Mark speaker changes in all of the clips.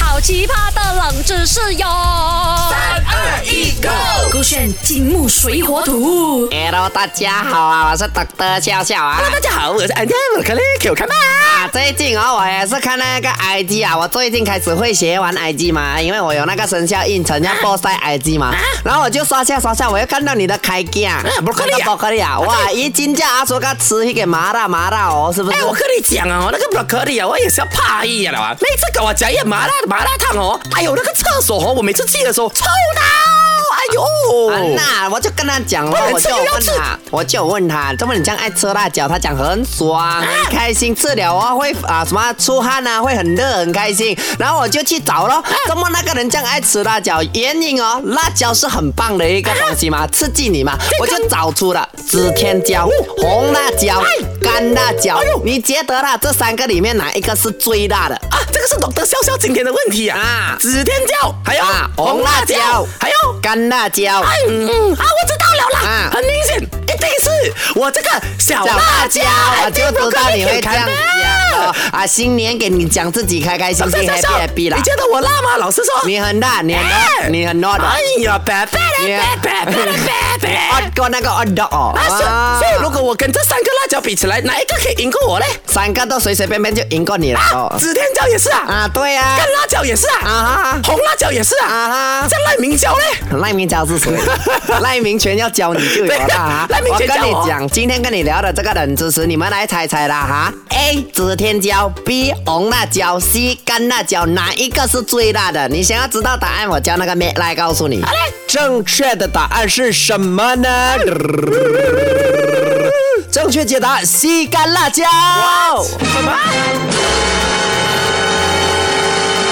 Speaker 1: 好奇葩的冷知识哟！三
Speaker 2: 二一，Go！
Speaker 1: 勾选金木水火土。
Speaker 2: Hello，大家好啊，我是 Dr. 笑笑啊。
Speaker 3: Hello，大家好，我是安安，我可乐，给我看吧。
Speaker 2: 啊，最近哦，我也是看那个 IG 啊，我最近开始会学玩 IG 嘛，因为我有那个生肖运程要 b o 晒 IG 嘛，然后我就刷下刷下，我又看到你的开价，
Speaker 3: 不啊可以啊
Speaker 2: 不可以啊，哇，一斤价阿叔个吃一个麻辣麻辣哦，是不是
Speaker 3: 哎，？我跟你讲啊，我那个 broccoli 啊，我也是要怕一眼了啊。每次给我讲一麻辣麻辣烫哦，哎呦，那个厕所哦，我每次去的时候臭到，哎
Speaker 2: 啊
Speaker 3: 呦，
Speaker 2: 那我就跟他讲了
Speaker 3: 不，能
Speaker 2: 我
Speaker 3: 吃
Speaker 2: 就
Speaker 3: 就要
Speaker 2: 问
Speaker 3: 吃
Speaker 2: 他，我就问他，怎么你这样爱吃辣椒？他讲很爽，很开心，吃了啊会啊什么出汗啊，会很热，很开心。然后我就去找
Speaker 3: 哎
Speaker 2: 咯，怎么那个人这样爱吃辣椒？原因哦，辣椒是很棒的一个东西 嘛，刺激你嘛，我就找出了紫天椒、红辣椒、
Speaker 3: 哎
Speaker 2: 干辣椒。你觉得啦，这三个里面哪一个是最辣的？
Speaker 3: 啊，这个是 Dr. 笑笑今天的问题
Speaker 2: 啊
Speaker 3: 啊，指天椒，还有
Speaker 2: 啊红
Speaker 3: 红
Speaker 2: 辣
Speaker 3: 辣
Speaker 2: 椒
Speaker 3: 椒，还有
Speaker 2: 干辣椒。
Speaker 3: 哎嗯嗯啊，我知道了啦，
Speaker 2: 啊
Speaker 3: 很明显，一定是我这个
Speaker 2: 小
Speaker 3: 小辣
Speaker 2: 辣
Speaker 3: 椒
Speaker 2: 椒，，我就知道你会这样讲哦
Speaker 3: 啊。
Speaker 2: 啊！新年给你讲自己开开心心
Speaker 3: 小
Speaker 2: ，happy
Speaker 3: 笑
Speaker 2: happy 啦
Speaker 3: 你。觉得我辣吗？老师说，
Speaker 2: 你很辣，你很辣，
Speaker 3: 哎
Speaker 2: 你很 not
Speaker 3: 哎呀，拜拜
Speaker 2: 你
Speaker 3: 了，拜拜了，拜拜了。
Speaker 4: 啊
Speaker 2: hot 过那个 hot dog 哦。
Speaker 3: 哎啊，所
Speaker 2: 啊
Speaker 3: 以所以如果我跟这三个辣椒比起来，哪一个可以赢过我嘞？
Speaker 2: 三个都随随便便就赢过你了
Speaker 3: 啊，
Speaker 2: 哦。
Speaker 3: 指天椒也是啊，
Speaker 2: 啊，对呀。
Speaker 3: 干辣椒也是啊，
Speaker 2: 啊
Speaker 3: 红辣椒也是啊，
Speaker 2: 啊哈！
Speaker 3: 这赖明椒嘞？
Speaker 2: 赖明教
Speaker 3: 。
Speaker 2: 是谁？赖明全要教你就有了哈
Speaker 3: 赖明
Speaker 2: 我
Speaker 3: 全
Speaker 2: 跟
Speaker 3: 教
Speaker 2: 你
Speaker 3: 我
Speaker 2: 讲，今天跟你聊的这个冷知识，你们来猜猜啦哈。A 紫天椒，B 红辣椒，C 干辣椒，哪一个是最辣的？你想要知道答案，我叫那个妹来告诉你。正确的答案是什么呢？正确解答：C 干辣椒。
Speaker 3: 什么？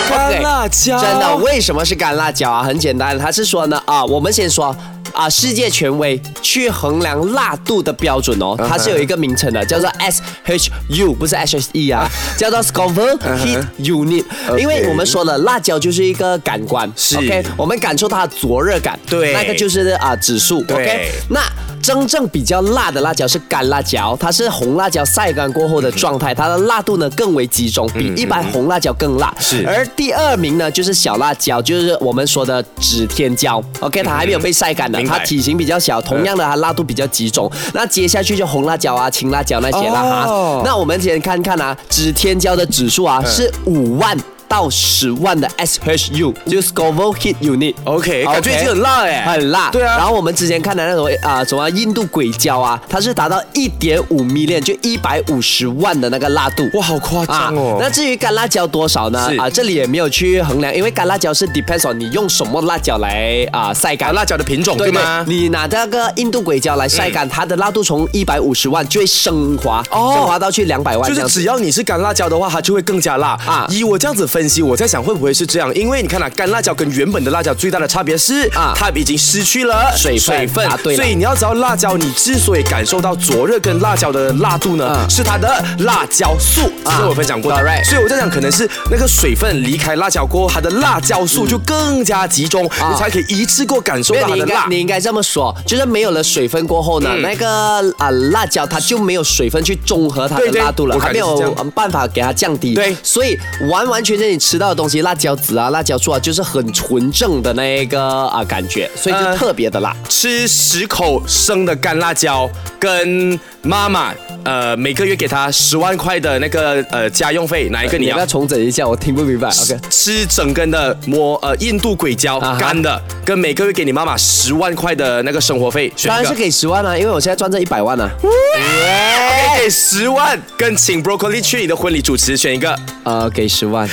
Speaker 2: 干辣
Speaker 3: 椒
Speaker 4: 真的，为什么是干辣椒啊？很简单，他是说呢啊，我们先说。啊，世界权威去衡量辣度的标准哦，它是有一个名称的，叫做 S H U，不是 S H E 啊，叫做 Scoville Heat Unit。因为我们说了，辣椒就是一个感官，是 OK，我们感受它的灼热感，
Speaker 3: 对
Speaker 4: 那个就是啊指数，OK
Speaker 3: 对。
Speaker 4: 那真正比较辣的辣椒是干辣椒，它是红辣椒晒干过后的状态，它的辣度呢更为集中，比一般红辣椒更辣。
Speaker 3: 嗯是
Speaker 4: 而第二名呢就是小辣椒，就是我们说的指天椒。OK，它还没有被晒干
Speaker 3: 嗯
Speaker 4: 的，
Speaker 3: 明白嗯
Speaker 4: 它体型比较小，同样的它辣度比较集中。那接下去就红辣椒啊、青辣椒那些啦
Speaker 3: 哦嗯
Speaker 4: 哈。那我们先看看啊，指天椒的指数啊是五万。到十万的 SHU 就是 Scoville Heat Unit。
Speaker 3: OK，感觉已经很辣哎
Speaker 4: 很辣。
Speaker 3: 对啊
Speaker 4: 然后我们之前看的那种啊、什么印度鬼椒啊，它是达到一点五 million，就一百五十万的那个辣度。
Speaker 3: 哇，好夸
Speaker 4: 啊
Speaker 3: 张哦，！
Speaker 4: 那至于干辣椒多少呢
Speaker 3: 是？
Speaker 4: 啊，这里也没有去衡量，因为干辣椒是 depends on 你用什么辣椒来啊晒干。
Speaker 3: 辣椒的品种对
Speaker 4: 对对
Speaker 3: 吗，？
Speaker 4: 你拿这个印度鬼椒来晒干，它的辣度从一百五十万就会升华，升华到去两百万
Speaker 5: 就
Speaker 4: 这样
Speaker 5: 是
Speaker 4: 子。
Speaker 5: 只要你是干辣椒的话，它就会更加辣啊。
Speaker 4: 啊
Speaker 5: 以我这样子分析，我在想会不会是这样？因为你看啊，干辣椒跟原本的辣椒最大的差别是
Speaker 4: 啊
Speaker 5: 啊，它已经失去了
Speaker 4: 水分啊对了
Speaker 5: 所以你要知道，辣椒你之所以感受到灼热跟辣椒的辣度
Speaker 4: 啊
Speaker 5: 呢，是它的辣椒素，这
Speaker 4: 啊
Speaker 5: 是我分享过的
Speaker 4: correct。
Speaker 5: 所以我在想，可能是那个水分离开辣椒过后，它的辣椒素就更加集中，你才可以一次过感受
Speaker 4: 嗯啊没
Speaker 5: 到它
Speaker 4: 有，你
Speaker 5: 的
Speaker 4: 应
Speaker 5: 辣嗯
Speaker 4: 该你。应该这么说，就是没有了水分过后呢，那个啊、辣椒它就没有水分去中和它的
Speaker 5: 对对
Speaker 4: 辣度了，
Speaker 5: 我
Speaker 4: 它
Speaker 5: 感
Speaker 4: 没
Speaker 5: 觉是这
Speaker 4: 有
Speaker 5: 样
Speaker 4: 嗯办法给它降低。
Speaker 5: 对
Speaker 4: 所以完完全全你吃到的东西，辣椒籽啊、辣椒素啊，就是很纯正的那一个啊感觉，所以就
Speaker 5: 呃
Speaker 4: 特别的辣。
Speaker 5: 吃十口生的干辣椒，跟妈妈呃每个月给她十万块的那个呃家用费，哪一个你
Speaker 4: 你要
Speaker 5: 要
Speaker 4: 不要？重整一下？我听不明白。OK，
Speaker 5: 吃整根的摸呃印度鬼椒、
Speaker 4: 啊哈
Speaker 5: 干的，跟每个月给你妈妈十万块的那个生活费，选
Speaker 4: 当
Speaker 5: 一
Speaker 4: 然
Speaker 5: 个
Speaker 4: 是。给十万啊，因为我现在赚这一百万啊。
Speaker 5: OK，给十万，跟请 broccoli 去你的婚礼主持，选一个。
Speaker 4: 呃，给十万，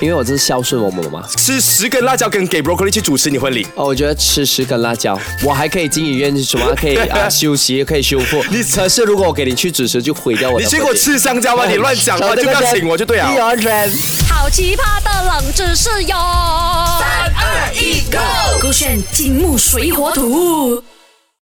Speaker 4: 因为我这是孝顺我妈妈。
Speaker 5: 吃十根辣椒，跟给 broccoli 去主持你婚礼。
Speaker 4: 哦，我觉得吃十根辣椒，我还可以进医院什么，可以啊、休息，可以修复。
Speaker 5: 你
Speaker 4: 可是如果我给你去主持，就毁掉我的
Speaker 5: 你
Speaker 4: 婚礼。
Speaker 5: 去给我吃香蕉吗？你乱讲话，就不要请我就对啊了。
Speaker 4: 完全。
Speaker 1: 好奇葩的冷知识哟！三二一，Go！勾选金木水火土。